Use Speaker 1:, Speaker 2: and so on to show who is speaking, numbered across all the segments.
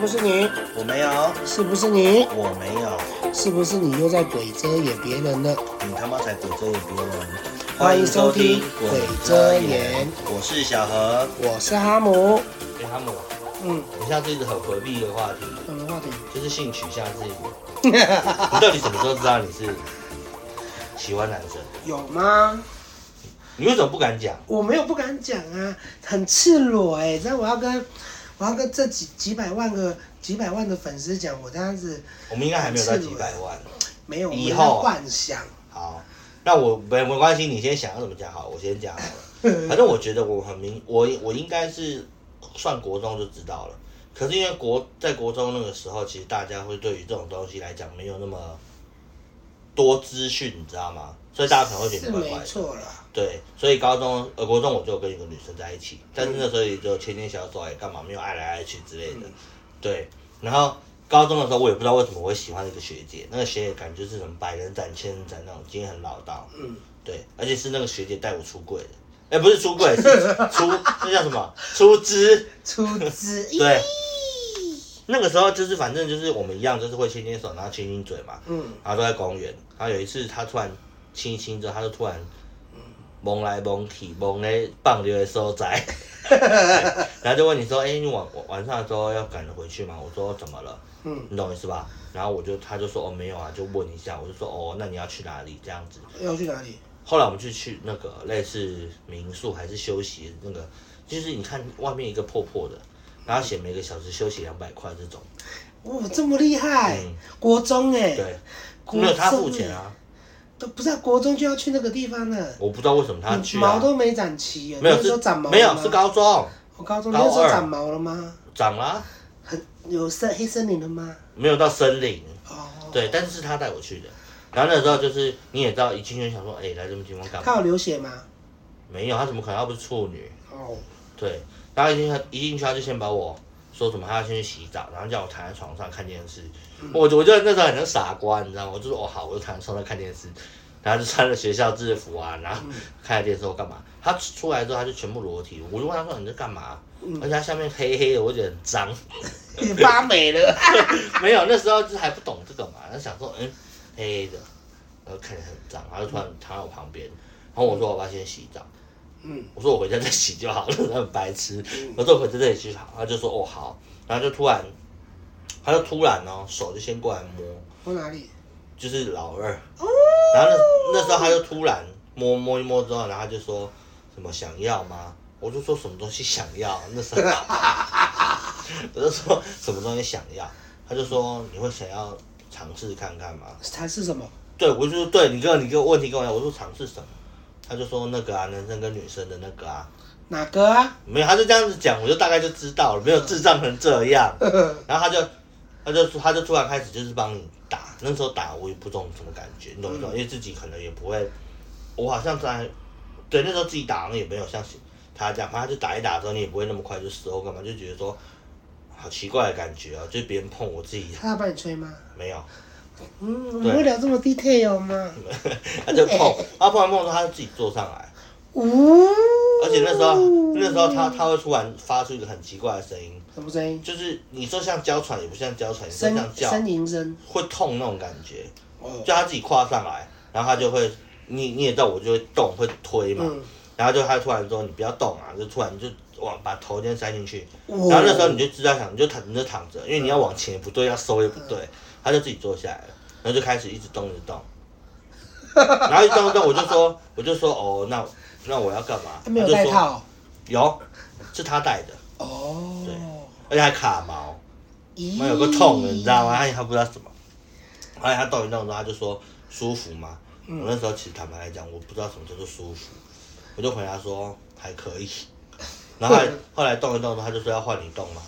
Speaker 1: 不是你？
Speaker 2: 我没有，
Speaker 1: 是不是你？
Speaker 2: 我没有，
Speaker 1: 是不是你又在鬼遮掩别人了？
Speaker 2: 你他妈才鬼遮眼别人！
Speaker 1: 欢迎收听鬼遮眼，
Speaker 2: 我是小何。
Speaker 1: 我是哈姆。
Speaker 2: 欸哈姆，
Speaker 1: 嗯，
Speaker 2: 你像这一直很回避一个话题，
Speaker 1: 什么话题？
Speaker 2: 就是性取向这一点。你到底什么时候知道你是喜欢男生？
Speaker 1: 有吗？
Speaker 2: 你为什么不敢讲？
Speaker 1: 我没有不敢讲啊，很赤裸哎、这我要跟我要跟这几几百万个几百万的粉丝讲，我这样子
Speaker 2: 我们应该还没有到几百万。
Speaker 1: 没有
Speaker 2: 以
Speaker 1: 我在
Speaker 2: 后啊
Speaker 1: 幻想。
Speaker 2: 好，那我没没关系，你先想要怎么讲好，我先讲好 了。反正我觉得我很明，我我应该是算国中就知道了。可是因为国在国中那个时候，其实大家会对于这种东西来讲没有那么多资讯，你知道吗？所以大家可能会觉
Speaker 1: 是
Speaker 2: 得你怪怪
Speaker 1: 没
Speaker 2: 的。
Speaker 1: 错啦，
Speaker 2: 对，所以高中呃国中我就跟一个女生在一起，但是那时候也就牵牵小手，也干嘛没有爱来爱去之类的。对，然后高中的时候我也不知道为什么我会喜欢一个学姐，那个学姐感觉就是什么百人斩、千人斩那种，今天很老道。
Speaker 1: 嗯，
Speaker 2: 对，而且是那个学姐带我出柜的，哎、不是出柜，是出那叫什么出资。
Speaker 1: 出 资
Speaker 2: 对，那个时候就是反正就是我们一样，就是会牵牵手，然后亲亲嘴嘛。
Speaker 1: 嗯，
Speaker 2: 然后都在公园。然后有一次，他突然亲一亲之后，他就突然蒙来蒙去，蒙来放流的所在， 然后就问你说：“哎、你晚晚上的时候要赶着回去吗？”我说：“怎么了？”
Speaker 1: 嗯，
Speaker 2: 你懂我意思吧？然后我就他就说：“哦，没有啊，就问一下。”我就说：“哦，那你要去哪里？”这样子。
Speaker 1: 要去哪里？
Speaker 2: 后来我们就去那个类似民宿还是休息那个，就是你看外面一个破破的，然后写每个小时休息两百块这种，
Speaker 1: 哇，哦这么厉害！
Speaker 2: 嗯
Speaker 1: 国中哎、
Speaker 2: 对，
Speaker 1: 国
Speaker 2: 没有他
Speaker 1: 中
Speaker 2: 付
Speaker 1: 欸
Speaker 2: 钱啊。
Speaker 1: 都不是、啊、国中就要去那个地方了，
Speaker 2: 我不知道为什么他去、啊，
Speaker 1: 嗯毛都没长齐，
Speaker 2: 没有
Speaker 1: 那时
Speaker 2: 是
Speaker 1: 候长毛了
Speaker 2: 没有
Speaker 1: 吗
Speaker 2: 是高中
Speaker 1: 我高中那
Speaker 2: 高二
Speaker 1: 时候长毛了吗？
Speaker 2: 长啦、
Speaker 1: 很有森黑森林了吗？
Speaker 2: 没有到森林。
Speaker 1: 哦，
Speaker 2: 对，但是是他带我去的。然后那时候就是你也知道，一进去想说，哎、来这么地方干
Speaker 1: 他有
Speaker 2: 嘛？
Speaker 1: 流血吗？
Speaker 2: 没有，他怎么可能？他不是处女。
Speaker 1: 哦，
Speaker 2: 对，然后一进去，一进去他就先把我说什么，他要先去洗澡，然后叫我躺在床上看电视。我我就那时候很像傻瓜，你知道吗？我就说哦好，我就躺在床上看电视，然后就穿着学校制服啊，然后开了电视我干嘛？他出来之后他就全部裸体，我就问他说你在干嘛？而且他下面黑黑的，我觉得很脏。
Speaker 1: 你发霉了，
Speaker 2: 没有，那时候就是还不懂这个嘛，然后想说，嗯，黑黑的，然后看起来很脏，然后就突然躺在我旁边，然后我说我要先洗澡，
Speaker 1: 嗯，
Speaker 2: 我说我回家再洗就好了，他很白痴，我说我回家再洗就好，他就说哦好，然后就突然，他就突然哦手就先过来摸，
Speaker 1: 我哪里？
Speaker 2: 就是老二，然后那那时候他就突然摸摸一摸之后，然后他就说什么想要吗？我就说什么东西想要，啊那时候 我就说什么东西想要，他就说你会想要尝试看看吗？
Speaker 1: 他是什么？
Speaker 2: 对，我就说对你跟你跟我问题跟我讲，我说尝试什么？他就说那个啊，男生跟女生的那个啊，
Speaker 1: 哪个啊？
Speaker 2: 没有，他就这样子讲，我就大概就知道了，没有智障成这样。然后他就他就他就突然开始就是帮你打，那时候打我也不懂什么感觉，你懂不懂？因为自己可能也不会，我好像在对那时候自己打好像也没有像他这样，反正他就打一打之后你也不会那么快就死后干嘛，就觉得说好奇怪的感觉啊，就是别人碰我自己
Speaker 1: 他要帮你吹吗？
Speaker 2: 没有，
Speaker 1: 嗯，我
Speaker 2: 对
Speaker 1: 们会聊这么 detail 吗？
Speaker 2: 他就碰，他碰完碰之后他就自己坐上来，
Speaker 1: 呜、
Speaker 2: 而且那时候那时候他他会突然发出一个很奇怪的声音，
Speaker 1: 什么 声音？
Speaker 2: 就是你说像娇喘也不像娇喘，你说
Speaker 1: 呻
Speaker 2: 像叫
Speaker 1: 呻吟声。
Speaker 2: 会痛那种感觉。
Speaker 1: 哦，
Speaker 2: 就他自己跨上来，然后他就会，你你也知道我就会动会推嘛，
Speaker 1: 嗯，
Speaker 2: 然后就他突然说你不要动啊，就突然就往把头先塞进去，
Speaker 1: 哇
Speaker 2: 然后那时候你就知道想你就躺你就躺着，因为你要
Speaker 1: 嗯
Speaker 2: 往前也不对，要收也不对，他就自己坐下来了，然后就开始一直动一直动，然后一动一动我就说我就说哦那那我要干嘛？
Speaker 1: 他没有
Speaker 2: 他
Speaker 1: 戴
Speaker 2: 就说
Speaker 1: 套。
Speaker 2: 有，是他戴的，
Speaker 1: 哦，
Speaker 2: 而且还卡毛。
Speaker 1: 咦
Speaker 2: 我有个痛的，你知道吗？他也他不知道什么，后来他动一动之后，他就说舒服吗？我那时候其实坦白来讲，我不知道什么叫做舒服，我就回答说还可以。然后后来后来动一动之后，他就说要换你动嘛，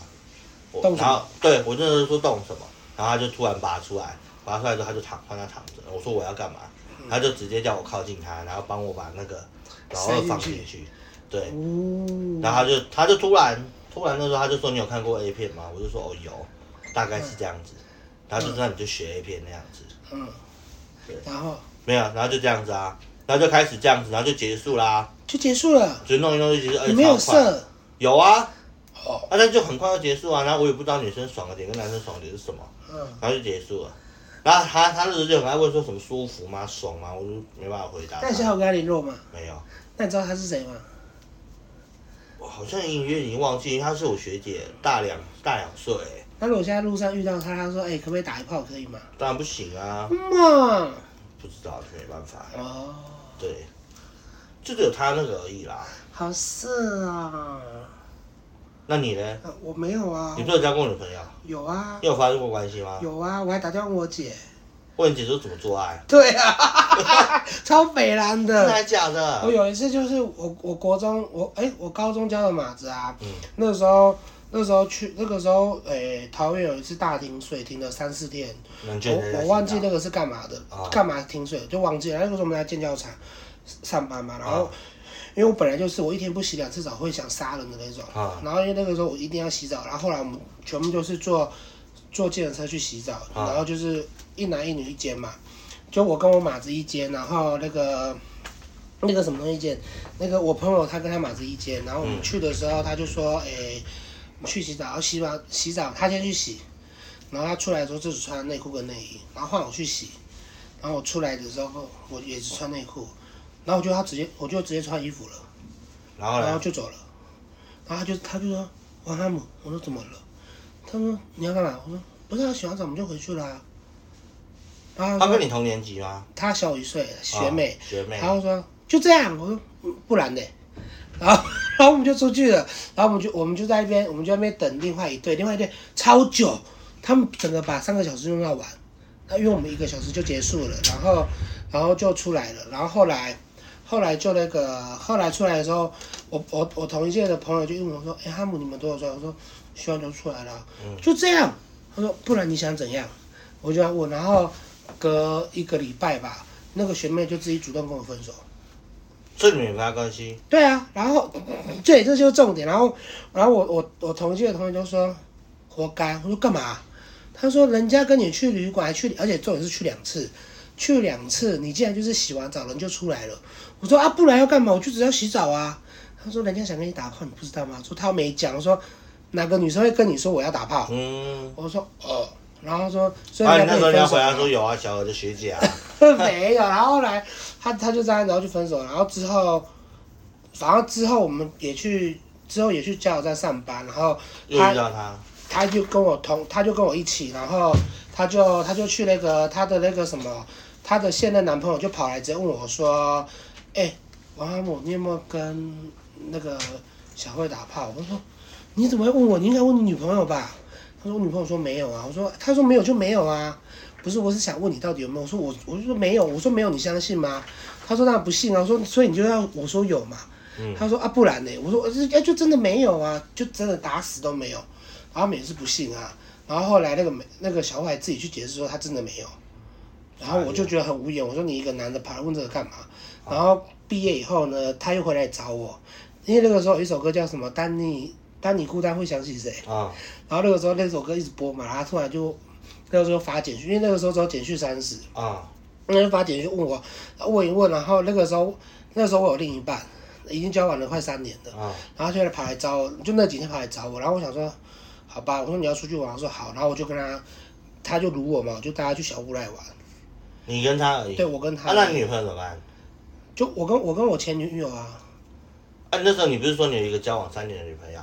Speaker 2: 我
Speaker 1: 动什
Speaker 2: 然
Speaker 1: 么
Speaker 2: 后对我那时候说动什么，然后他就突然拔出来，拔出来之后他就躺换他躺着，我说我要干嘛，
Speaker 1: 嗯
Speaker 2: 他就直接叫我靠近他，然后帮我把那个老
Speaker 1: 塞
Speaker 2: 二
Speaker 1: 进
Speaker 2: 放
Speaker 1: 去
Speaker 2: 进去，对，
Speaker 1: 哦，
Speaker 2: 然后他就他就突然突然那时候他就说你有看过 A 片吗？我就说哦有，大概是这样子。然后就说你就学 A 片那样子，
Speaker 1: 嗯
Speaker 2: 对，
Speaker 1: 然后
Speaker 2: 没有，然后就这样子啊，然后就开始这样子，然后就结束啦，
Speaker 1: 就结束了，
Speaker 2: 哎就弄一弄就结束。而
Speaker 1: 你
Speaker 2: 且
Speaker 1: 没有
Speaker 2: 超快
Speaker 1: 射
Speaker 2: 有啊，
Speaker 1: 哦，
Speaker 2: 啊，那就很快就结束啊。然后我也不知道女生爽的点跟男生爽的点是什么，
Speaker 1: 嗯，
Speaker 2: 然后就结束了。然后他他那时候就很爱问说什么舒服吗、爽吗，我就没办法回答他。
Speaker 1: 那你现在有跟他联络吗？
Speaker 2: 没有，
Speaker 1: 那你知道他是谁吗？
Speaker 2: 我好像隐约已经忘记，因为她是我学姐，大两大两岁、
Speaker 1: 那如果现在路上遇到他，他说：“哎、可不可以打一炮？可以吗
Speaker 2: 当然不行？”啊，
Speaker 1: 嘛，
Speaker 2: 不知道就没办法。
Speaker 1: 哦，
Speaker 2: 对，就只有他那个而已啦。
Speaker 1: 好色啊！
Speaker 2: 那你呢？
Speaker 1: 呃我没有啊
Speaker 2: 你，不是有交过女朋友？
Speaker 1: 有啊
Speaker 2: 你，有发生过关系吗？
Speaker 1: 有啊，我还打电话问我姐。
Speaker 2: 问你姐说怎么做爱？
Speaker 1: 对啊， 超北蓝
Speaker 2: 真的
Speaker 1: 的。
Speaker 2: 还假的？
Speaker 1: 我有一次就是我我国中我哎、我高中教的马子啊，
Speaker 2: 嗯
Speaker 1: 那时候那时候去那个时候哎、桃园有一次大停水停了三四天，
Speaker 2: 那你觉得你
Speaker 1: 我
Speaker 2: 在
Speaker 1: 我
Speaker 2: 洗
Speaker 1: 忘记
Speaker 2: 澡
Speaker 1: 那个是干嘛的
Speaker 2: 啊，
Speaker 1: 干、嘛停水就忘记了。那个时候我们在建教场上班嘛，然后、
Speaker 2: 啊
Speaker 1: 因为我本来就是我一天不洗两次澡会想杀人的那种，
Speaker 2: 啊
Speaker 1: 然后因为那个时候我一定要洗澡，然后后来我们全部就是坐坐计程车去洗澡，
Speaker 2: 啊
Speaker 1: 然后就是一男一女一间嘛，就我跟我马子一间，然后那个。那个什么东西一间，那个我朋友他跟他马子一间，然后我们
Speaker 2: 嗯
Speaker 1: 去的时候他就说，诶、我们去洗澡，然后洗完洗澡他先去洗，然后他出来的时候就只穿内裤跟内衣，然后换我去洗，然后我出来的时候我也只穿内裤，然后我就他直接我就直接穿衣服了，
Speaker 2: 然后
Speaker 1: 然后
Speaker 2: 呢？
Speaker 1: 就走了，然后他就他就说王汉姆，我说怎么了？他说你要干嘛？我说不是啊，洗完澡我们就回去了、啊。然后
Speaker 2: 他
Speaker 1: 他
Speaker 2: 跟
Speaker 1: 说
Speaker 2: 你同年级吗？
Speaker 1: 他小我一岁，学妹
Speaker 2: 啊，学妹
Speaker 1: 然。后说就这样，我说嗯不然呢？然后然后我们就出去了，然后我们就我们就在那边，我们就在那边等另外一队，另外一队超久，他们整个把三个小时用到完，那因为我们一个小时就结束了，然后然后就出来了，然后后来后来就那个后来出来的时候，我我我同一届的朋友就问我说，哎、哈姆你们多少岁？我说希望就出来了，就这样，他说不然你想怎样？我就要问，然后隔一个礼拜吧，那个学妹就自己主动跟我分手。
Speaker 2: 所以你们有发生关系？
Speaker 1: 对啊，然后 对，这就是重点。然后，然后我我我同届的同学都说活该。我说干嘛？他说人家跟你去旅馆，还去，而且重点是去两次，去两次，你竟然就是洗完澡人就出来了。我说啊，不然要干嘛？我就只要洗澡啊。他说人家想跟你打炮，你不知道吗？说他没讲，我说哪个女生会跟你说我要打炮？
Speaker 2: 嗯。
Speaker 1: 我说哦，然后他说啊所以
Speaker 2: 啊，
Speaker 1: 人
Speaker 2: 你
Speaker 1: 家
Speaker 2: 那
Speaker 1: 跟你
Speaker 2: 时候
Speaker 1: 分
Speaker 2: 人家
Speaker 1: 手
Speaker 2: 回
Speaker 1: 吗、
Speaker 2: 答说有啊，小我的学姐啊。
Speaker 1: 没有，然后后来他他就这样，然后就分手了，然后之后，然后之后我们也去，之后也去加油站上班，然后
Speaker 2: 又遇
Speaker 1: 他
Speaker 2: 到他，
Speaker 1: 他就跟我同，他就跟我一起，然后他就他就去那个他的那个什么，他的现任男朋友就跑来直接问我说，哎、王阿姆，你有没有跟那个小慧打炮？我说你怎么会问我？你应该问你女朋友吧。他说我女朋友说没有啊，我说他说没有就没有啊，不是，我是想问你到底有没有？我说我我就说没有，我说没有，你相信吗？他说那不信啊，我说所以你就要我说有嘛，
Speaker 2: 嗯
Speaker 1: 他说啊不然呢？我说哎就真的没有啊，就真的打死都没有，然后他们也是不信啊，然后后来那个美那个小慧还自己去解释说他真的没有，然后我就觉得很无言，我说你一个男的跑来问这个干嘛？然后毕业以后呢，他又回来找我，因为那个时候有一首歌叫什么丹尼丹尼孤单会想起谁？
Speaker 2: 啊，
Speaker 1: 然后那个时候那首歌一直播嘛，然后他突然就那个时候发简讯，因为那个时候只有简讯三十，
Speaker 2: 啊，
Speaker 1: 那就发简讯问我呃问一问，然后那个时候那时候我有另一半，已经交往了快三年了，
Speaker 2: 啊，
Speaker 1: 然后他就来跑来找我，就那几天跑来找我，然后我想说，好吧，我说你要出去玩，我说好，然后我就跟他，他就撸我嘛，我就带他去小屋来玩，
Speaker 2: 你跟他而已。
Speaker 1: 对我跟他，
Speaker 2: 啊，那你女朋友怎么办？
Speaker 1: 就我跟我跟我前女友啊，
Speaker 2: 啊，那时候你不是说你有一个交往三年的女朋友？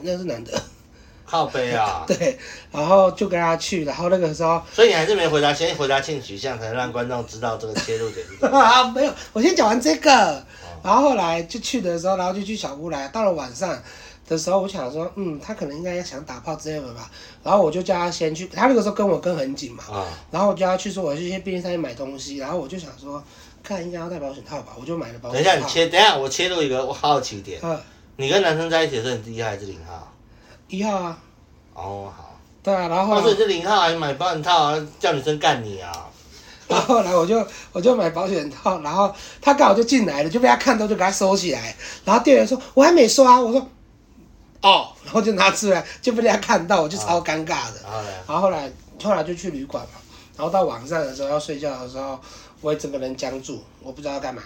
Speaker 1: 那是男的，
Speaker 2: 靠背啊，
Speaker 1: 对，然后就跟他去，然后那个时候
Speaker 2: 所以你还是没回答，先回答性取向，才能让观众知道这个切入点是什么。
Speaker 1: 啊， 没有，我先讲完这个，然后后来就去的时候，然后就去小屋来，到了晚上的时候，我想说，嗯，他可能应该想打炮之类的吧，然后我就叫他先去，他那个时候跟我跟很紧 嘛，
Speaker 2: 啊，
Speaker 1: 然后我叫他去说我去便利商店买东西，然后我就想说，看应该要带保险套吧，我就买了保
Speaker 2: 等
Speaker 1: 险
Speaker 2: 一
Speaker 1: 套。
Speaker 2: 下，你切，等一下我切入一个我好奇点，
Speaker 1: 呃，
Speaker 2: 你跟男生在一起的时候，你是一号还是零号？
Speaker 1: 一号啊，
Speaker 2: 哦，好，
Speaker 1: 对啊，然后
Speaker 2: 哦，
Speaker 1: 后
Speaker 2: 所以
Speaker 1: 来，
Speaker 2: 你是零号还买保险套啊，叫女生干你啊？
Speaker 1: 然后后来我就我就买保险套，然后他刚好就进来了，就被他看到就给他收哦起来，然后店员说我还没刷，我说。哦，然后就拿出来，就被人家看到，我就超尴尬的。
Speaker 2: 然
Speaker 1: 然后后
Speaker 2: 后呢？
Speaker 1: 来后来就去旅馆嘛，然后到晚上的时候要睡觉的时候，我也整个人僵住，我不知道要干嘛。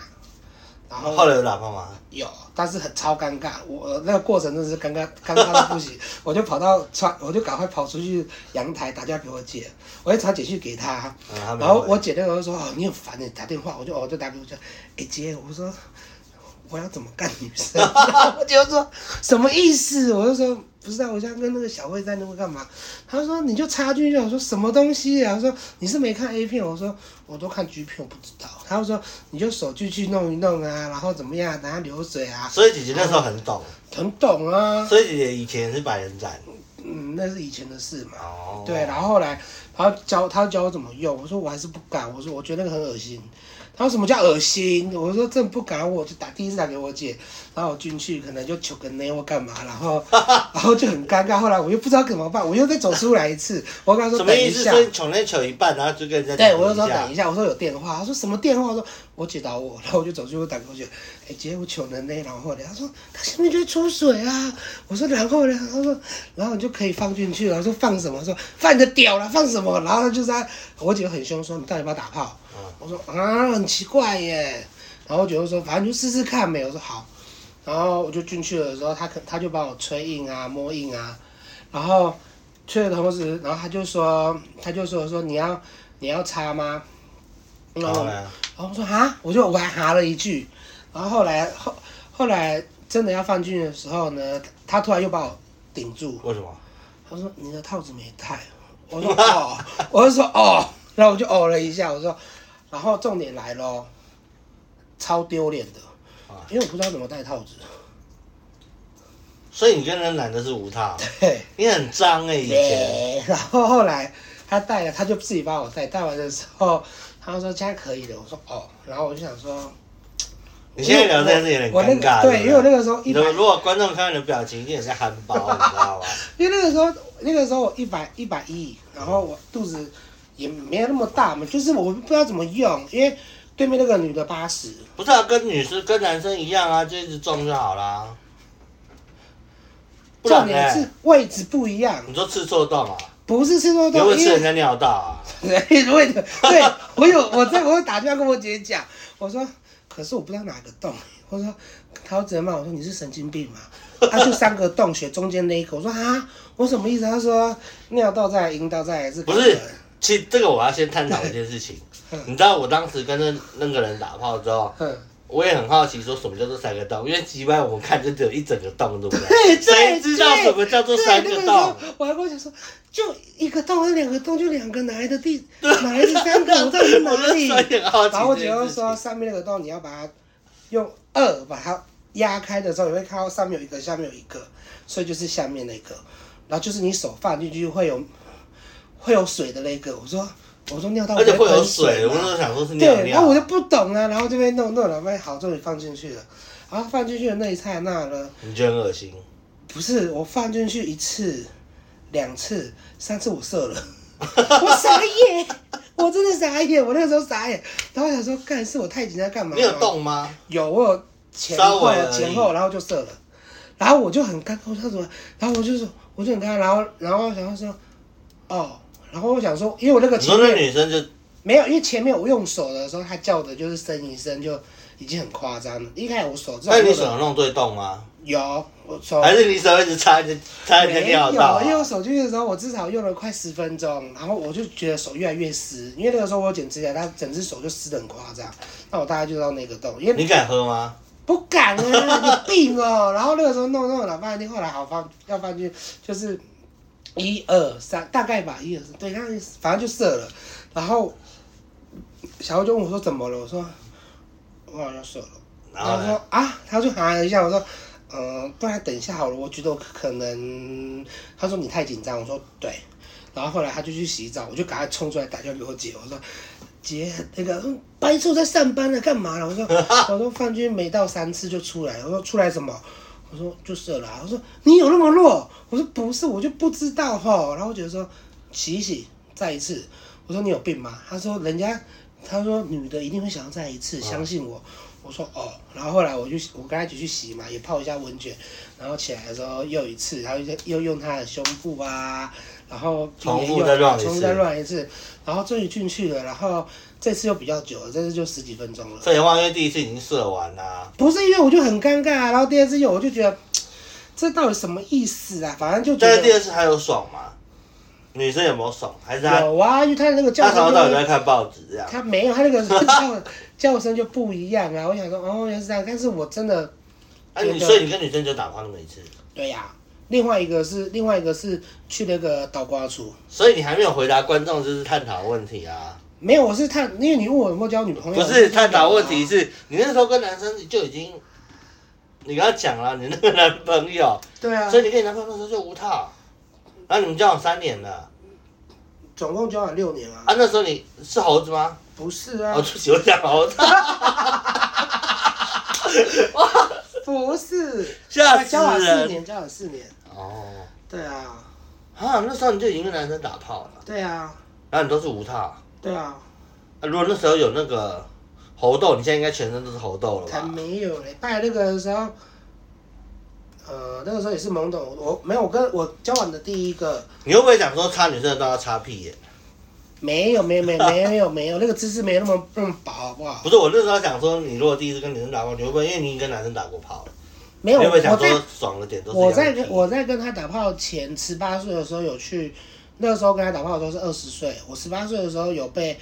Speaker 1: 然后
Speaker 2: 后来有喇叭吗？
Speaker 1: 有，但是很超尴尬，我呃那个过程真的是尴尬，尴尬到不行，我就跑到窗，我就赶快跑出去阳台打电话给我姐，我就传简讯给她，
Speaker 2: 嗯他没有
Speaker 1: 然后我姐那个时候说哦你很烦你打电话，我就哦我就打给我姐，哎姐我说我要怎么干女生， 然后我姐就说什么意思，我就说不知道，我想跟那个小慧在那个干嘛，她说你就插进去，我说什么东西啊，我说你是没看 A 片，我说我都看 G 片，我不知道，她就说你就手进去弄一弄啊，然后怎么样，等下流水啊，
Speaker 2: 所以姐姐那时候很懂，
Speaker 1: 很懂啊，
Speaker 2: 所以姐姐以前是百人斩。
Speaker 1: 嗯，那是以前的事嘛。
Speaker 2: 哦，
Speaker 1: 对，然后后来他教他教我怎么用，我说我还是不敢，我说我觉得那个很恶心。他说什么叫恶心？我说真的不敢，我就打第一次打给我姐，然后我进去可能就求个内或干嘛，然后然后就很尴尬。后来我又不知道怎么办，我又再走出来一次，我跟他说
Speaker 2: 什么
Speaker 1: 等
Speaker 2: 意
Speaker 1: 一
Speaker 2: 思？
Speaker 1: 下
Speaker 2: 所，以穷那求一半，然后就跟人家
Speaker 1: 对
Speaker 2: 讲
Speaker 1: 我就说
Speaker 2: 一下
Speaker 1: 等一下，我说有电话，他说什么电话？我说我姐打我，然后我就走出去我打给我姐，哎、姐我求人呢，然后呢，他说他下面就会出水啊，我说然后呢，他说然后你就可以放进去了，我说放什么？我说放你的屌了，放什么？然后他就在我姐很凶说你到底要不要打炮？
Speaker 2: 嗯
Speaker 1: 我说啊很奇怪耶，然后我姐就说反正就试试看呗，我说好，然后我就进去了的时候，他可他就帮我吹印啊摸印啊，然后吹的同时，然后他就说他就说说你要你要擦吗？然
Speaker 2: 然
Speaker 1: 后
Speaker 2: 后
Speaker 1: 我
Speaker 2: 呢？
Speaker 1: 然后我说啊，我就我还哈了一句，然后后来后后来真的要放进去的时候呢，他突然又把我顶住，
Speaker 2: 为什么？
Speaker 1: 他说你的套子没带，我说哦，我就说哦，然后我就哦了一下，我说，然后重点来咯，超丢脸的
Speaker 2: 啊，
Speaker 1: 因为我不知道怎么戴套子，
Speaker 2: 所以你跟那男的是无套，
Speaker 1: 对。
Speaker 2: 你很脏哎、以 前。
Speaker 1: 对，然后后来他带了，他就自己帮我带，带完的时候，他说现在可以了，我说哦，然后我就想说，
Speaker 2: 你现在聊这件事有点
Speaker 1: 我那
Speaker 2: 尴尬，
Speaker 1: 个对，因为我那
Speaker 2: 个
Speaker 1: 个时候一
Speaker 2: 你
Speaker 1: 百，
Speaker 2: 的如果观众看到你的表情，一定很像憨包，你知道吗？
Speaker 1: 因为那个时候那个时候我一百一百一，然后我肚子也没有那么大嘛，就是我不知道怎么用，因为对面那个女的八十，
Speaker 2: 不是啊，跟女生跟男生一样啊，就一直撞就好啦。不
Speaker 1: 重
Speaker 2: 然
Speaker 1: 点
Speaker 2: 呢
Speaker 1: 是？位置不一样，
Speaker 2: 你说吃错洞啊？
Speaker 1: 不是吃多
Speaker 2: 你会不
Speaker 1: 多，
Speaker 2: 会
Speaker 1: 因
Speaker 2: 吃
Speaker 1: 为
Speaker 2: 人家尿道啊？
Speaker 1: 对，我也 对我有我在我有打电话跟我姐讲，我说可是我不知道哪个洞，我说她只能骂我说你是神经病吗？ 她就三个洞选中间那一个，我说啊，我什么意思？她说尿道在阴道在是
Speaker 2: 不是其实这个我要先探讨一件事情
Speaker 1: 嗯，
Speaker 2: 你知道我当时跟那那个人打炮之后，
Speaker 1: 嗯，
Speaker 2: 我也很好奇说什么叫做三个洞，因为击败我们看就只有一整个洞，对不
Speaker 1: 对
Speaker 2: 对？
Speaker 1: 对
Speaker 2: 谁知道什么叫做
Speaker 1: 对
Speaker 2: 三
Speaker 1: 那
Speaker 2: 个
Speaker 1: 时候
Speaker 2: 洞？
Speaker 1: 我还跟我讲说就一个洞还是两个洞，就两个哪来的 第哪来的三个？我到底是哪
Speaker 2: 我那
Speaker 1: 里
Speaker 2: 时候？也很好奇
Speaker 1: 然后我
Speaker 2: 这
Speaker 1: 姐
Speaker 2: 件
Speaker 1: 就
Speaker 2: 事情。
Speaker 1: 说上面那个洞你要把它用二把它压开的时候，你会看到上面有一个，下面有一个，所以就是下面那个。然后就是你手放进去会有会有水的那个。我说我说尿道
Speaker 2: 而且
Speaker 1: 不
Speaker 2: 会有
Speaker 1: 喷
Speaker 2: 水，我
Speaker 1: 吗
Speaker 2: 那时候想说是尿
Speaker 1: 对，然
Speaker 2: 尿。
Speaker 1: 后我就不懂啊，然后这边弄弄，然后好，终于放进去了。然后放进去的那一刹那呢，
Speaker 2: 你觉得很恶心？
Speaker 1: 不是我放进去一次、两次、三次，我射 了，我傻眼，我真的傻眼，我那个时候傻眼，然后想说，干是我太紧张干嘛？
Speaker 2: 你有动吗？
Speaker 1: 有，我有前
Speaker 2: 稍
Speaker 1: 后
Speaker 2: 微而已
Speaker 1: 前后，然后就射了，然后我就很尴尬，我说什么？然后我就说，我就很尴尬，然后然后想要说，哦，然后我想说，因为我那个
Speaker 2: 你说
Speaker 1: 前
Speaker 2: 那
Speaker 1: 面
Speaker 2: 女生就
Speaker 1: 没有，因为前面我用手的时候，她叫的就是呻一声就已经很夸张了，一开始我手这
Speaker 2: 那
Speaker 1: 种
Speaker 2: 你手有弄对洞吗？
Speaker 1: 有，我手
Speaker 2: 还是你手一直插着插着
Speaker 1: 没
Speaker 2: 尿道
Speaker 1: 有，
Speaker 2: 啊？
Speaker 1: 因为我手机的时候，我至少用了快十分钟，然后我就觉得手越来越湿，因为那个时候我有剪指甲，它整只手就湿的很夸张。那我大概就到那个洞，因为
Speaker 2: 你敢喝吗？
Speaker 1: 不敢啊，你病哦。然后那个时候弄弄了半天，后来好放要放进去，就是一二三，大概吧，一二三，对，那反正就射了。然后小欧就问我说怎么了，我说我好像射了。
Speaker 2: 然
Speaker 1: 然
Speaker 2: 后
Speaker 1: 后
Speaker 2: 呢？
Speaker 1: 说啊，他就喊了一下，我说，嗯、不然等一下好了，我觉得我可能，他说你太紧张，我说对，然后后来他就去洗澡，我就赶快冲出来打电话给我姐，我说姐，那个嗯白痴我在上班呢，干嘛呢？我 说我说范军没到三次就出来了，我说出来什么？我说就是了啦，我说你有那么弱？我说不是，我就不知道吼。然后我姐说洗一洗，再一次。
Speaker 2: 啊
Speaker 1: 我说你有病吗？她说人家，她说女的一定会想要再一次，相信我。我说哦，然后后来我就我跟他一起去洗嘛，也泡一下温泉，然后起来的时候又一次，然后又又用他的胸部啊，然后
Speaker 2: 重复
Speaker 1: 也用
Speaker 2: 再乱一次
Speaker 1: 重复再乱一次，然后终于进去了，然后这次又比较久了，这次就十几分钟了。
Speaker 2: 废话，因为第一次已经射完啦、
Speaker 1: 不是因为我就很尴尬、啊，然后第二次又我就觉得这到底什么意思啊？反正就觉
Speaker 2: 但是第
Speaker 1: 得
Speaker 2: 二次还有爽吗？女生有没有爽？还是她
Speaker 1: 有啊，因为他那个教
Speaker 2: 她
Speaker 1: 程
Speaker 2: 从头
Speaker 1: 就
Speaker 2: 到
Speaker 1: 是
Speaker 2: 底在看报纸这样？
Speaker 1: 他没有，他那个 叫叫声就不一样啊。我想说，哦，原来是这样。但是我真的，
Speaker 2: 啊，你
Speaker 1: 有的
Speaker 2: 所以你跟女生就打炮那么一次，
Speaker 1: 对呀、另外一个是另外一个是去那个倒瓜处，
Speaker 2: 所以你还没有回答观众就是探讨问题啊，
Speaker 1: 没有，我是探，因为你问我有啊没有交女朋友，
Speaker 2: 不是探讨问题，是你那时候跟男生就已经，你跟他讲了你那个男朋友，
Speaker 1: 对啊
Speaker 2: 所，以你跟你男朋友那时候就无套，然后你们交往三年了，
Speaker 1: 总共交往六年啊，
Speaker 2: 啊，那时候你是猴子吗？
Speaker 1: 不是啊
Speaker 2: 哦，，对不起，我讲 猴子，
Speaker 1: 不是，
Speaker 2: 吓死
Speaker 1: 啊交往四
Speaker 2: 人。
Speaker 1: 年，交往四年，
Speaker 2: 哦，
Speaker 1: 对啊，
Speaker 2: 啊，那时候你就已经跟男生打炮了，
Speaker 1: 对啊，
Speaker 2: 然后你都是无套。
Speaker 1: 对啊，
Speaker 2: 啊如果那时候有那个猴痘，你现在应该全身都是猴痘了
Speaker 1: 才
Speaker 2: 吧？
Speaker 1: 没有嘞，拜那个时候。呃，那个时候也是懵懂，我没有我跟我交往的第一个
Speaker 2: 你会不会想说擦女生的都要擦屁眼？
Speaker 1: 没有没有没有没有没有没有，那个姿势没有那么那么薄，好不好
Speaker 2: 不？是，我那时候想说，你如果第一次跟女生打炮，你会不会因为你已经跟男生打过炮了？
Speaker 1: 没有，
Speaker 2: 你会不会
Speaker 1: 我
Speaker 2: 想说
Speaker 1: 在
Speaker 2: 爽的点都是
Speaker 1: 我
Speaker 2: 一样
Speaker 1: 在
Speaker 2: 的
Speaker 1: 跟
Speaker 2: 屁
Speaker 1: 我在跟他打炮前，十八岁的时候有去，那时候跟他打炮的时候是二十岁，我十八岁的时候有被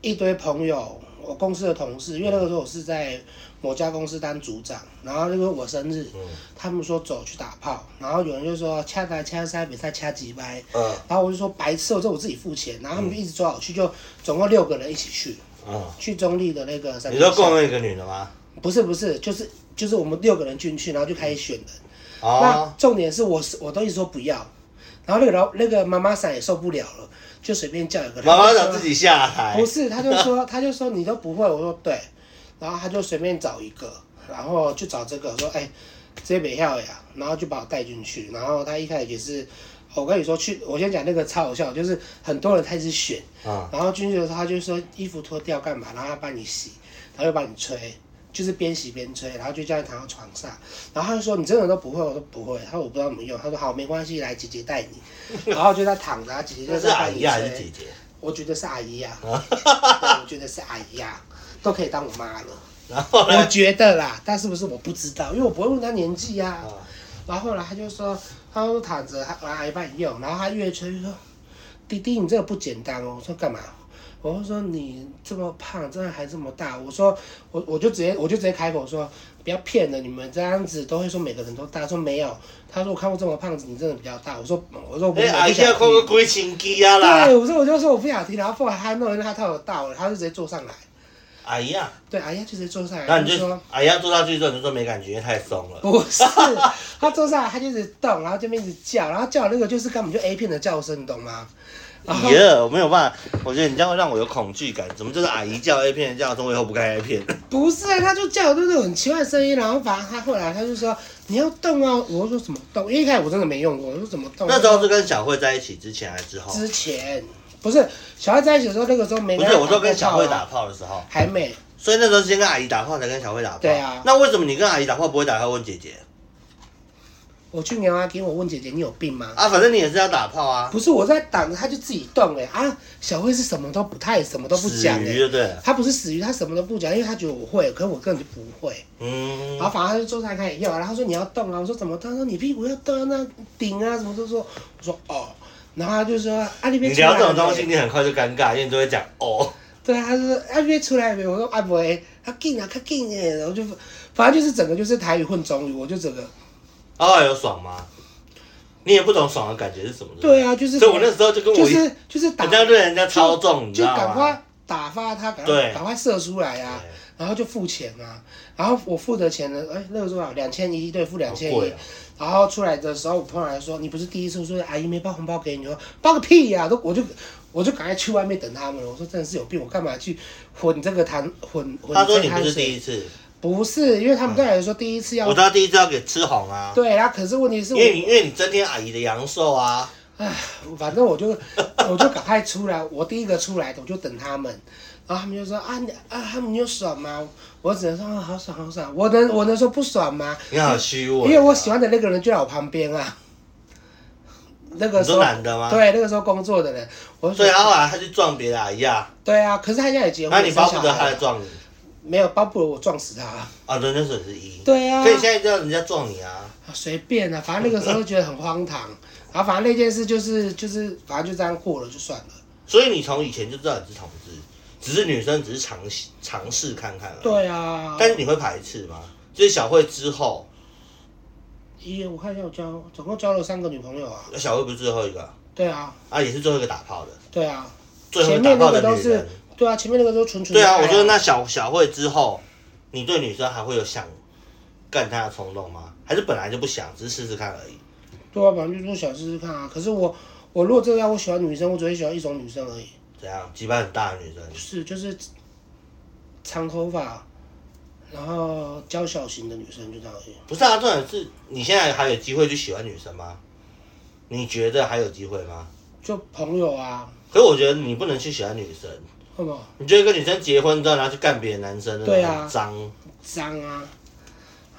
Speaker 1: 一堆朋友，我公司的同事，因为那个时候我是在某家公司当组长，然后因为我生日，
Speaker 2: 嗯
Speaker 1: 他们说走去打炮，然后有人就说掐来掐塞，比赛掐几掰，
Speaker 2: 嗯
Speaker 1: 然后我就说白痴，我这我自己付钱，然后他们就一直抓我去，就总共六个人一起去，
Speaker 2: 嗯，
Speaker 1: 去中立的那个三
Speaker 2: 你
Speaker 1: 天
Speaker 2: 说
Speaker 1: 下。
Speaker 2: 共用一个女的吗？
Speaker 1: 不是不是，就是就是我们六个人进去，然后就开始选人。那
Speaker 2: 哦，
Speaker 1: 重点是我是我都一直说不要，然后那个老那个妈妈桑也受不了了，就随便叫一个。
Speaker 2: 妈妈
Speaker 1: 她就
Speaker 2: 想
Speaker 1: 说
Speaker 2: 自己下台
Speaker 1: 不，是，他就说 他就说你都不会，我说对，然后他就随便找一个，然后就找这个，我说哎、这北跳呀，然后就把我带进去，然后他一开始也是，我跟你说去，我先讲那个超好笑，就是很多人开始选，
Speaker 2: 嗯，
Speaker 1: 然后进去的时候，他就说衣服脱掉干嘛，然后他帮你洗，然后又帮你吹，就是边洗边吹，然后就叫你躺到床上，然后他就说你真的都不会，我说不会，他说我不知道怎么用，他说好没关系，来姐姐带你，然后就在躺着，然后姐姐
Speaker 2: 那
Speaker 1: 就是在
Speaker 2: 阿
Speaker 1: 帮你
Speaker 2: 姨还是
Speaker 1: 吹
Speaker 2: 哎姐，姐？
Speaker 1: 我觉得是阿姨呀、
Speaker 2: 啊
Speaker 1: 对我觉得是阿姨呀、都可以当我妈了，
Speaker 2: 然后
Speaker 1: 我
Speaker 2: 呢？
Speaker 1: 觉得啦，但是不是我不知道，因为我不会问她年纪呀、
Speaker 2: 嗯
Speaker 1: 然后后来他就说，他说躺着，他阿姨帮你用，然后他越吹越说，弟弟你这个不简单哦，我说干嘛？我就说你这么胖，真的还这么大。我说我我就直接我就直接开口说，不要骗了，你们这样子都会说每个人都大。说没有，他说我看过这么胖子，你真的比较大。我说我说我不
Speaker 2: 哎，
Speaker 1: 是，
Speaker 2: 阿
Speaker 1: 我不
Speaker 2: 姨要
Speaker 1: 想
Speaker 2: 扣个
Speaker 1: 听。
Speaker 2: 龟情机啊啦！
Speaker 1: 对，我说我就说我不想听，然后后来他弄一下他有到了，他就直接坐上来。
Speaker 2: 阿姨啊，
Speaker 1: 对，阿姨就直接坐上来，
Speaker 2: 然后你
Speaker 1: 就说
Speaker 2: 就阿姨要啊坐上去之后，你就说没感觉，因为太 松了。
Speaker 1: 不是，他坐上来，他就一直动，然后这边一直叫，然后叫那个就是根本就 A 片的叫声，你懂吗？然后
Speaker 2: 耶我没有办法，我觉得你这样会让我有恐惧感。怎么就是阿姨叫 A 片叫中，我以后不看 A 片？
Speaker 1: 不是啊，他就叫那种很奇怪的声音，然后反正他后来他就说你要动啊，我说怎么动？因为一开始我真的没用过，我说怎么动？
Speaker 2: 那时候是跟小慧在一起之前还是之后？
Speaker 1: 哦之前不是小孩在一起的时候，那个时候没
Speaker 2: 不
Speaker 1: 跟
Speaker 2: 是，
Speaker 1: 他
Speaker 2: 我说
Speaker 1: 过
Speaker 2: 跟
Speaker 1: 炮
Speaker 2: 小慧
Speaker 1: 啊
Speaker 2: 打，炮的时候，
Speaker 1: 还没，
Speaker 2: 所以那时候是先跟阿姨打炮，才跟小慧打炮。
Speaker 1: 对啊
Speaker 2: 那为什么你跟阿姨打炮不会打炮问姐姐
Speaker 1: 我去牛蛙厅，我问姐姐你有病吗？
Speaker 2: 啊？反正你也是要打炮啊，
Speaker 1: 不是我在挡着，他就自己动哎、啊！小慧是什么都不太，什么都不
Speaker 2: 死
Speaker 1: 讲哎、
Speaker 2: 鱼就对了。
Speaker 1: 他不是死鱼，他什么都不讲，因为他觉得我会，可是我根本就不会。
Speaker 2: 嗯
Speaker 1: 然，后反正他就坐上来开始用，然后他说你要动啊，我说怎么动？他说你屁股要动啊，那顶啊什么都说，我说哦，然后他就说啊你
Speaker 2: 你
Speaker 1: 别出来
Speaker 2: 聊
Speaker 1: 了
Speaker 2: 这种东西，，你很快就尴尬，因为你就会讲哦，
Speaker 1: 对啊，他就说啊你别出来没？我说啊不会，他劲啊他劲哎，然后就反正就是整个就是台语混中语，我就整个
Speaker 2: 哦，有爽吗？你也不懂爽的感觉是什么？不
Speaker 1: 对啊就是
Speaker 2: 所以我那时候就跟我
Speaker 1: 就
Speaker 2: 一，人
Speaker 1: 是就是打
Speaker 2: 家对人家操纵，你知
Speaker 1: 就
Speaker 2: 道
Speaker 1: 赶
Speaker 2: 吗？
Speaker 1: 快打发他，赶
Speaker 2: 对
Speaker 1: 快赶快射出来啊
Speaker 2: 对，
Speaker 1: 然后就付钱啊，然后我付的钱呢，哎那个多少两千一对，付两千
Speaker 2: 好贵
Speaker 1: 一
Speaker 2: 啊，
Speaker 1: 然后出来的时候，我朋友还说你不是第一次，我说哎阿姨没包红包给你，我说包个屁呀、都我就我就赶快去外面等他们了，我说真的是有病，我干嘛去混这个谈混混
Speaker 2: 他说
Speaker 1: 这
Speaker 2: 你
Speaker 1: 个
Speaker 2: 不
Speaker 1: 汤
Speaker 2: 是
Speaker 1: 水？
Speaker 2: 第一次，
Speaker 1: 不是，因为他们刚才说第一次
Speaker 2: 我
Speaker 1: 要
Speaker 2: 知道第一次要给吃红啊，
Speaker 1: 对，然后可是问题是
Speaker 2: 因
Speaker 1: 我
Speaker 2: 为你因为你增添阿姨的阳寿啊，
Speaker 1: 唉，反正我就我就赶快出来，我第一个出来的，我就等他们。然后他们就说啊你啊，他们就爽吗？我只能说啊，好爽好爽。我能我能说不爽吗？
Speaker 2: 你好虚伪、啊
Speaker 1: 因为我喜，欢的那个人就在我旁边啊。那个时
Speaker 2: 你
Speaker 1: 候
Speaker 2: 说男的吗
Speaker 1: 对，那个时候工作的人，我就
Speaker 2: 所
Speaker 1: 说
Speaker 2: 以他后来他去撞别的阿姨啊，
Speaker 1: 对啊，可是他现在也结
Speaker 2: 然后
Speaker 1: 婚，
Speaker 2: 你
Speaker 1: 生
Speaker 2: 巴不得
Speaker 1: 小
Speaker 2: 他
Speaker 1: 孩
Speaker 2: 来撞你
Speaker 1: 没有，巴不得我撞死他啊。
Speaker 2: 啊？对，那时候你是一，
Speaker 1: 对啊，
Speaker 2: 可以现在叫人家撞你啊，
Speaker 1: 啊随便啊，反正那个时候觉得很荒唐，然后反正那件事就是就是反正就这样过了就算了。
Speaker 2: 所以你从以前就知道你是同志，只是女生只是尝试尝试看看而已。
Speaker 1: 对啊，
Speaker 2: 但是你会排斥吗？就是小慧之后，
Speaker 1: 一我看一下，我交总共交了三个女朋友啊。
Speaker 2: 小慧不是最后一个
Speaker 1: 对啊，
Speaker 2: 啊，也是最后一个打炮的，
Speaker 1: 对啊，
Speaker 2: 最后
Speaker 1: 前
Speaker 2: 一个打
Speaker 1: 面
Speaker 2: 炮
Speaker 1: 那
Speaker 2: 的
Speaker 1: 个都
Speaker 2: 女
Speaker 1: 是
Speaker 2: 人。
Speaker 1: 对啊，前面那个都纯纯
Speaker 2: 对
Speaker 1: 的爱
Speaker 2: 啊，我觉得那小小慧之后，你对女生还会有想干她的冲动吗？还是本来就不想，只是试试看而已？
Speaker 1: 对啊，反正就是想试试看啊。可是我我如果真的要我喜欢女生，我只会喜欢一种女生而已，
Speaker 2: 怎样？鸡巴很大的女生
Speaker 1: 不是就是长头发，然后娇小型的女生就这样而已。
Speaker 2: 不是啊，重点是你现在还有机会去喜欢女生吗？你觉得还有机会吗？
Speaker 1: 就朋友啊，
Speaker 2: 可是我觉得你不能去喜欢女生，
Speaker 1: 什么
Speaker 2: 你觉得跟女生结婚之后，然后去干别的男生，那种
Speaker 1: 对啊
Speaker 2: 很脏，
Speaker 1: 脏啊。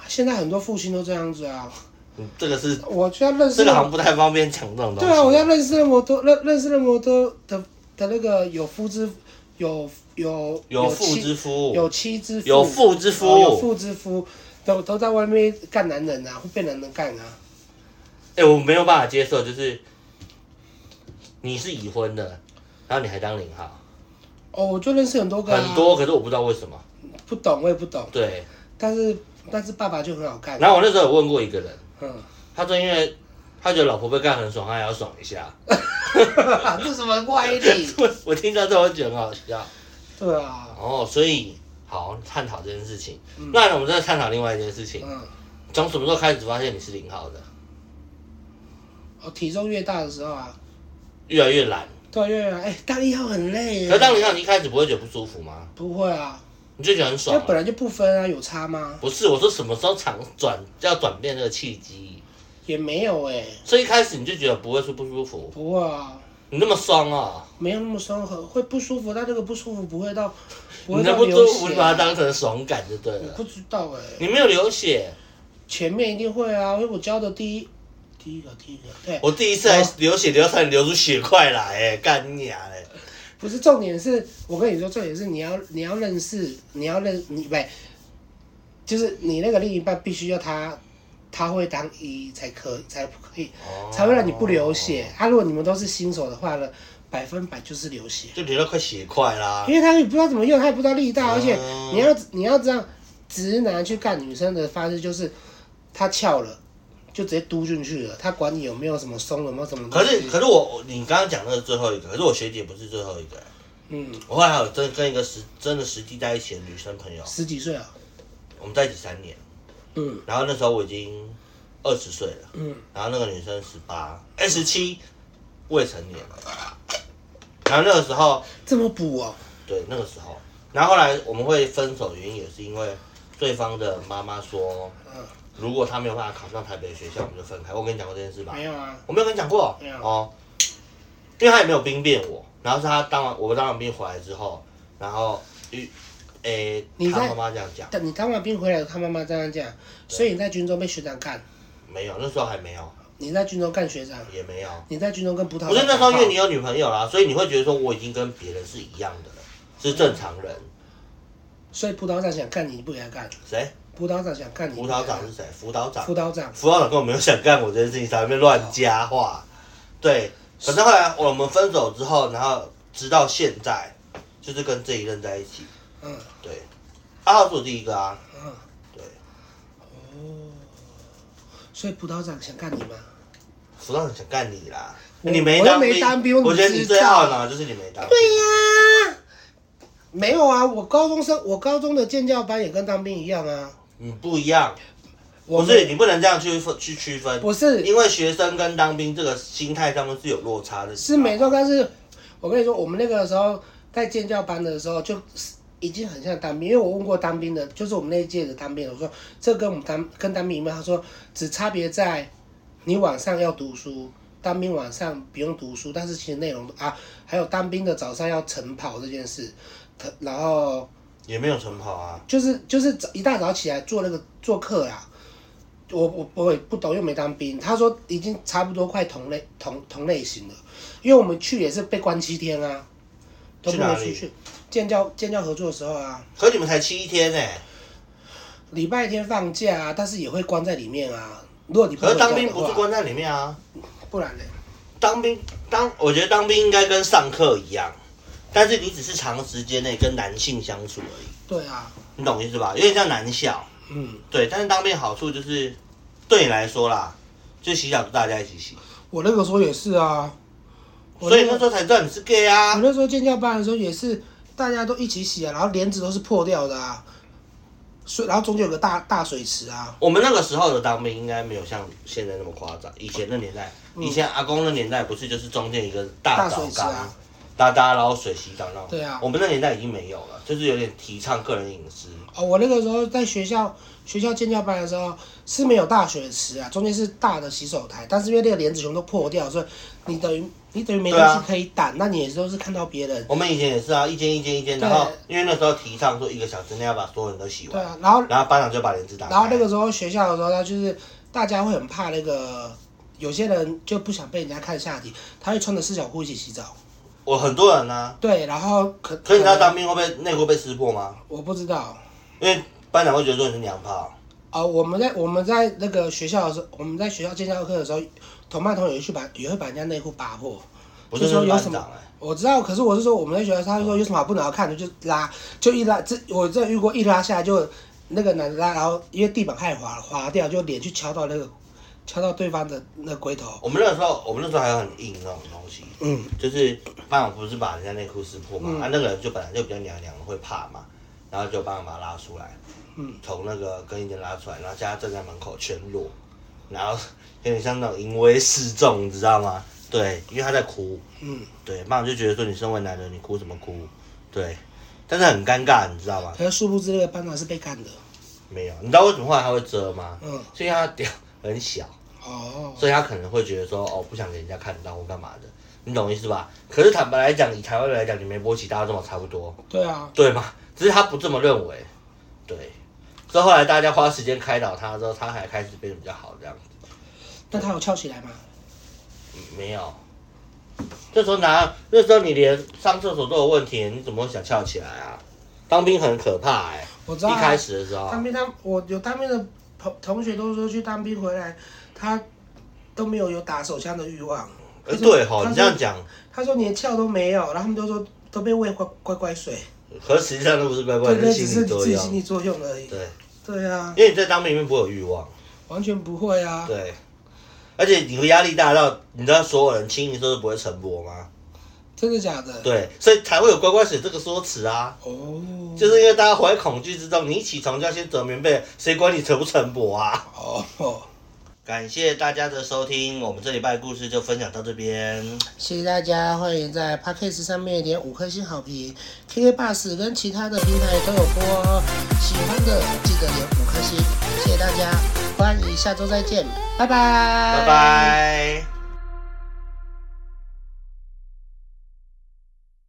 Speaker 1: 现在很多父亲都这样子啊，
Speaker 2: 嗯这个是
Speaker 1: 我就要认识
Speaker 2: 这个好像不太方便讲这种东西。
Speaker 1: 对啊，我要认识那么多，认认识那么多的的那个有夫之有有
Speaker 2: 有妇
Speaker 1: 妻
Speaker 2: 之夫，
Speaker 1: 有妻之
Speaker 2: 有妇之夫
Speaker 1: 哦有妇之夫，都都在外面干男人啊，会被男人干啊。
Speaker 2: 哎、我没有办法接受，就是你是已婚的，然后你还当零号，
Speaker 1: 哦，我就认识很多个、啊，
Speaker 2: 很多，可是我不知道为什么。
Speaker 1: 不懂我也不懂，
Speaker 2: 对，
Speaker 1: 但是但是爸爸就很好看，
Speaker 2: 然后我那时候有问过一个人，
Speaker 1: 嗯，
Speaker 2: 他说因为他觉得老婆被干很爽，他也要爽一下。
Speaker 1: 这什么歪理？
Speaker 2: 我我听到之后我觉得很好笑。
Speaker 1: 对啊，
Speaker 2: 哦，所以好探讨这件事情。那我们再探讨另外一件事情，
Speaker 1: 嗯，
Speaker 2: 从什么时候开始发现你是零号的？
Speaker 1: 我体重越大的时候啊，
Speaker 2: 越来越懒，
Speaker 1: 对啊，越来哎、当一号很累耶
Speaker 2: 可是当零号你一开始不会觉得不舒服吗？
Speaker 1: 不会啊，
Speaker 2: 你就觉得很
Speaker 1: 因
Speaker 2: 爽
Speaker 1: 为
Speaker 2: 啊、
Speaker 1: 本来就不分啊，有差吗？
Speaker 2: 不是，我说什么时候常转要转变这个契机？
Speaker 1: 也没有哎、
Speaker 2: 所以一开始你就觉得不会说不舒服，
Speaker 1: 不会啊。
Speaker 2: 你那么松啊、
Speaker 1: 没有那么松，很会不舒服，但这个不舒服不会到，不会
Speaker 2: 你那
Speaker 1: 到
Speaker 2: 不
Speaker 1: 流
Speaker 2: 舒
Speaker 1: 血
Speaker 2: 服就把它当成爽感就对
Speaker 1: 我
Speaker 2: 了。
Speaker 1: 不知道哎、
Speaker 2: 你没有流血，
Speaker 1: 前面一定会啊，因为我教的第一第一个第一个，对，
Speaker 2: 我第一次还流血流到差点流出血块来、哎，干你啊、哎
Speaker 1: 不是重点是，我跟你说重点是你要你要认识，你要认你不，就是你那个另一半必须要他他会当一才可以才可以才会让你不流
Speaker 2: 哦
Speaker 1: 血，啊，如果你们都是新手的话呢，百分百就是流血。
Speaker 2: 就流到快血块啦
Speaker 1: 因。为他也不知道怎么用，他也不知道力道，而且
Speaker 2: 嗯
Speaker 1: 你要你要这样，直男去干女生的方式就是，他翘了，就直接嘟进去了，他管你有没有什么松，有没有什么东
Speaker 2: 可
Speaker 1: 西。
Speaker 2: 是可是我你刚刚讲那个最后一个，可是我学姐不是最后一个、
Speaker 1: 嗯，
Speaker 2: 我后来还有真跟一个实真的实际在一起的女生朋友，
Speaker 1: 十几岁啊，
Speaker 2: 我们在一起三年，
Speaker 1: 嗯
Speaker 2: 然后那时候我已经二十岁了，
Speaker 1: 嗯，
Speaker 2: 然后那个女生十八，哎十七，未成年。然后那个时候，
Speaker 1: 这么补哦，
Speaker 2: 对那个时候，然后后来我们会分手，原因也是因为对方的妈妈说，
Speaker 1: 嗯，
Speaker 2: 如果他没有办法考上台北的学校，我们就分开。我跟你讲过这件事吧
Speaker 1: 没？有啊，
Speaker 2: 我没有跟你讲过
Speaker 1: 没有
Speaker 2: 哦，因为他也没有兵变我，然后是他当完我当完兵回来之后，然后与诶、
Speaker 1: 你
Speaker 2: 他
Speaker 1: 在
Speaker 2: 妈妈这样讲，
Speaker 1: 但你当完兵回来，他妈妈这样讲，所以你在军中被学长干，
Speaker 2: 没有，那时候还没有，
Speaker 1: 你在军中干学长，
Speaker 2: 也没有。
Speaker 1: 你在军中跟葡萄。
Speaker 2: 不是那时候，因为你有女朋友啦，所以你会觉得说我已经跟别人是一样的了，是正常人。
Speaker 1: 所以葡萄长想干你，你不给他干；
Speaker 2: 谁？
Speaker 1: 葡萄长想干你，
Speaker 2: 辅导长是谁？辅导长
Speaker 1: 辅。导长，
Speaker 2: 辅导长根本没有想干我这件事情，在那边乱加话。对，可是后来我们分手之后，然后直到现在，就是跟这一任在一起。
Speaker 1: 嗯
Speaker 2: 对，阿浩是我第一个啊。
Speaker 1: 嗯，
Speaker 2: 对，
Speaker 1: 哦，所以葡萄长想干你吗？
Speaker 2: 辅导长想干你啦，
Speaker 1: 我
Speaker 2: 你没
Speaker 1: 我又
Speaker 2: 当
Speaker 1: 没
Speaker 2: 兵，
Speaker 1: 当兵我怎么
Speaker 2: 我觉得你
Speaker 1: 知
Speaker 2: 最
Speaker 1: 道
Speaker 2: 懊恼的就是你没当兵。
Speaker 1: 对呀、没有啊，我高中生，我高中的建教班也跟当兵一样啊。
Speaker 2: 你不一样，
Speaker 1: 我
Speaker 2: 不
Speaker 1: 们
Speaker 2: 是你不能这样去分去区分。
Speaker 1: 不是
Speaker 2: 因为学生跟当兵这个心态上面是有落差的，
Speaker 1: 是没错，但是我跟你说，我们那个时候在建教班的时候，就是已经很像当兵，因为我问过当兵的，就是我们那一届的当兵的，我说这跟我们当跟当兵一样，他说只差别在你晚上要读书。当兵晚上不用读书，但是其实内容啊，还有当兵的早上要晨跑这件事，可然后
Speaker 2: 也没有晨跑啊，
Speaker 1: 就是就是早一大早起来做那个做课啦。我我我也不懂，又没当兵。他说已经差不多快同类同同类型了，因为我们去也是被关七天啊，都不能
Speaker 2: 去哪
Speaker 1: 出
Speaker 2: 里
Speaker 1: 去。建教建教合作的时候啊，
Speaker 2: 可你们才七天呢、
Speaker 1: 礼拜天放假啊，但是也会关在里面啊。如果你不
Speaker 2: 可是当兵
Speaker 1: 回家的
Speaker 2: 不是
Speaker 1: 话，
Speaker 2: 关在里面啊，
Speaker 1: 不然呢？
Speaker 2: 当兵当我觉得当兵应该跟上课一样，但是你只是长时间内跟男性相处而已，
Speaker 1: 对啊，
Speaker 2: 你懂意思吧？有点像男校，
Speaker 1: 嗯，
Speaker 2: 对。但是当兵好处就是对你来说啦，就洗澡就大家一起洗，
Speaker 1: 我那个时候也是啊，我
Speaker 2: 所以
Speaker 1: 那
Speaker 2: 那
Speaker 1: 个
Speaker 2: 时候才知道你是 gay 啊
Speaker 1: 我。那时候建教班的时候也是，大家都一起洗啊，然后帘子都是破掉的啊，水，然后中间有个大大水池啊，
Speaker 2: 我们那个时候的当兵应该没有像现在那么夸张，以前的年代，以前阿公的年代不是就是中间一个大
Speaker 1: 嗯大
Speaker 2: 澡
Speaker 1: 水池
Speaker 2: 缸，
Speaker 1: 啊，
Speaker 2: 大家然后水洗澡那种。
Speaker 1: 对啊
Speaker 2: 我们那年代已经没有了，就是有点提倡个人隐私。
Speaker 1: 哦，我那个时候在学校学校建教班的时候是没有大水池啊，中间是大的洗手台，但是因为那个帘子全部都破掉，所以你等于你等于没东
Speaker 2: 对
Speaker 1: 西
Speaker 2: 啊
Speaker 1: 可以挡，那你也都是看到别人。
Speaker 2: 我们以前也是啊，一间一间一间，
Speaker 1: 对
Speaker 2: 然后因为那时候提倡说一个小时内要把所有人都洗
Speaker 1: 对
Speaker 2: 完，
Speaker 1: 啊，然后
Speaker 2: 然后班长就把帘子打开。
Speaker 1: 然后那个时候学校的时候，他就是大家会很怕那个，有些人就不想被人家看下体，他会穿着四角裤一起洗澡。
Speaker 2: 我很多人呢、
Speaker 1: 对，然后可
Speaker 2: 可是你知道
Speaker 1: 能
Speaker 2: 当兵会被内裤被撕破吗？
Speaker 1: 我不知道。
Speaker 2: 因为班长会觉得说你是娘炮，
Speaker 1: 啊、我们在我们在那个学校的时候，我们在学校建教课的时候，同班同学去把也会把人家内裤拔破。
Speaker 2: 不是
Speaker 1: 就说
Speaker 2: 那
Speaker 1: 有
Speaker 2: 是
Speaker 1: 什
Speaker 2: 班
Speaker 1: 么
Speaker 2: 长哎、
Speaker 1: 我知道，可是我是说我们在学校，他说有什么好不能看的，就拉，就一拉，这我这遇过一拉下来就那个男的拉，然后因为地板太滑滑掉，就脸去敲到那个敲到对方的那个龟头。
Speaker 2: 我们那个时候我们那时候还有很硬那种东西，
Speaker 1: 嗯，
Speaker 2: 就是班长不是把人家内裤撕破嘛，
Speaker 1: 嗯
Speaker 2: 啊那个人就本来就比较娘娘，会怕嘛，然后就帮忙把他拉出来，
Speaker 1: 嗯，
Speaker 2: 从那个更衣间拉出来，然后叫他站在门口全裸，然后有点像那种淫威示众，你知道吗？对，因为他在哭，
Speaker 1: 嗯，
Speaker 2: 对，班长就觉得说你身为男人你哭什么哭，对，但是很尴尬，你知道吗？
Speaker 1: 可是殊不知那个班长是被干的。
Speaker 2: 没有，你知道为什么后来他会遮吗？
Speaker 1: 嗯，
Speaker 2: 是因为他屌很小。
Speaker 1: 哦，
Speaker 2: 所以他可能会觉得说，哦，不想给人家看到或干嘛的，你懂我意思吧？可是坦白来讲，以台湾人来讲，你没勃起，大家这么差不多，
Speaker 1: 对啊，
Speaker 2: 对吗？只是他不这么认为，对。所以后来大家花时间开导他之后，他还开始变得比较好，这样子、
Speaker 1: 那他有翘起来吗？
Speaker 2: 嗯没有。这时候拿，这时候你连上厕所都有问题，你怎么会想翘起来啊？当兵很可怕哎、
Speaker 1: 我知道啊
Speaker 2: 一开始的时候，
Speaker 1: 当兵他我有当兵的同同学都说去当兵回来，他都没有有打手枪的欲望。
Speaker 2: 呃
Speaker 1: 他说
Speaker 2: 对吼，
Speaker 1: 他
Speaker 2: 你这
Speaker 1: 说
Speaker 2: 样讲，
Speaker 1: 他说连翘都没有，然后他们都说都被喂乖乖乖水，
Speaker 2: 可实际上都不是乖乖
Speaker 1: 对
Speaker 2: 的
Speaker 1: 对，只
Speaker 2: 心
Speaker 1: 是
Speaker 2: 理作
Speaker 1: 自己心
Speaker 2: 用，
Speaker 1: 理作用而已。
Speaker 2: 对，
Speaker 1: 对啊，
Speaker 2: 因为你在当兵里面不会有欲望。
Speaker 1: 完全不会啊。
Speaker 2: 对，而且你会压力大到你知道所有人亲你时候都不会晨勃吗？
Speaker 1: 真的假的？
Speaker 2: 对，所以才会有乖乖水这个说辞啊，
Speaker 1: 哦，
Speaker 2: 就是因为大家活在恐惧之中，你一起床就要先折棉被，谁管你晨不晨勃啊？
Speaker 1: 哦哦，
Speaker 2: 感谢大家的收听，我们这礼拜的故事就分享到这边，
Speaker 1: 谢谢大家，欢迎在 p a c k a g e 上面点五颗星好评，KK Bus 跟其他的平台都有播哦。喜欢的记得点五颗星，谢谢大家，欢迎下周再见，拜拜，
Speaker 2: 拜拜。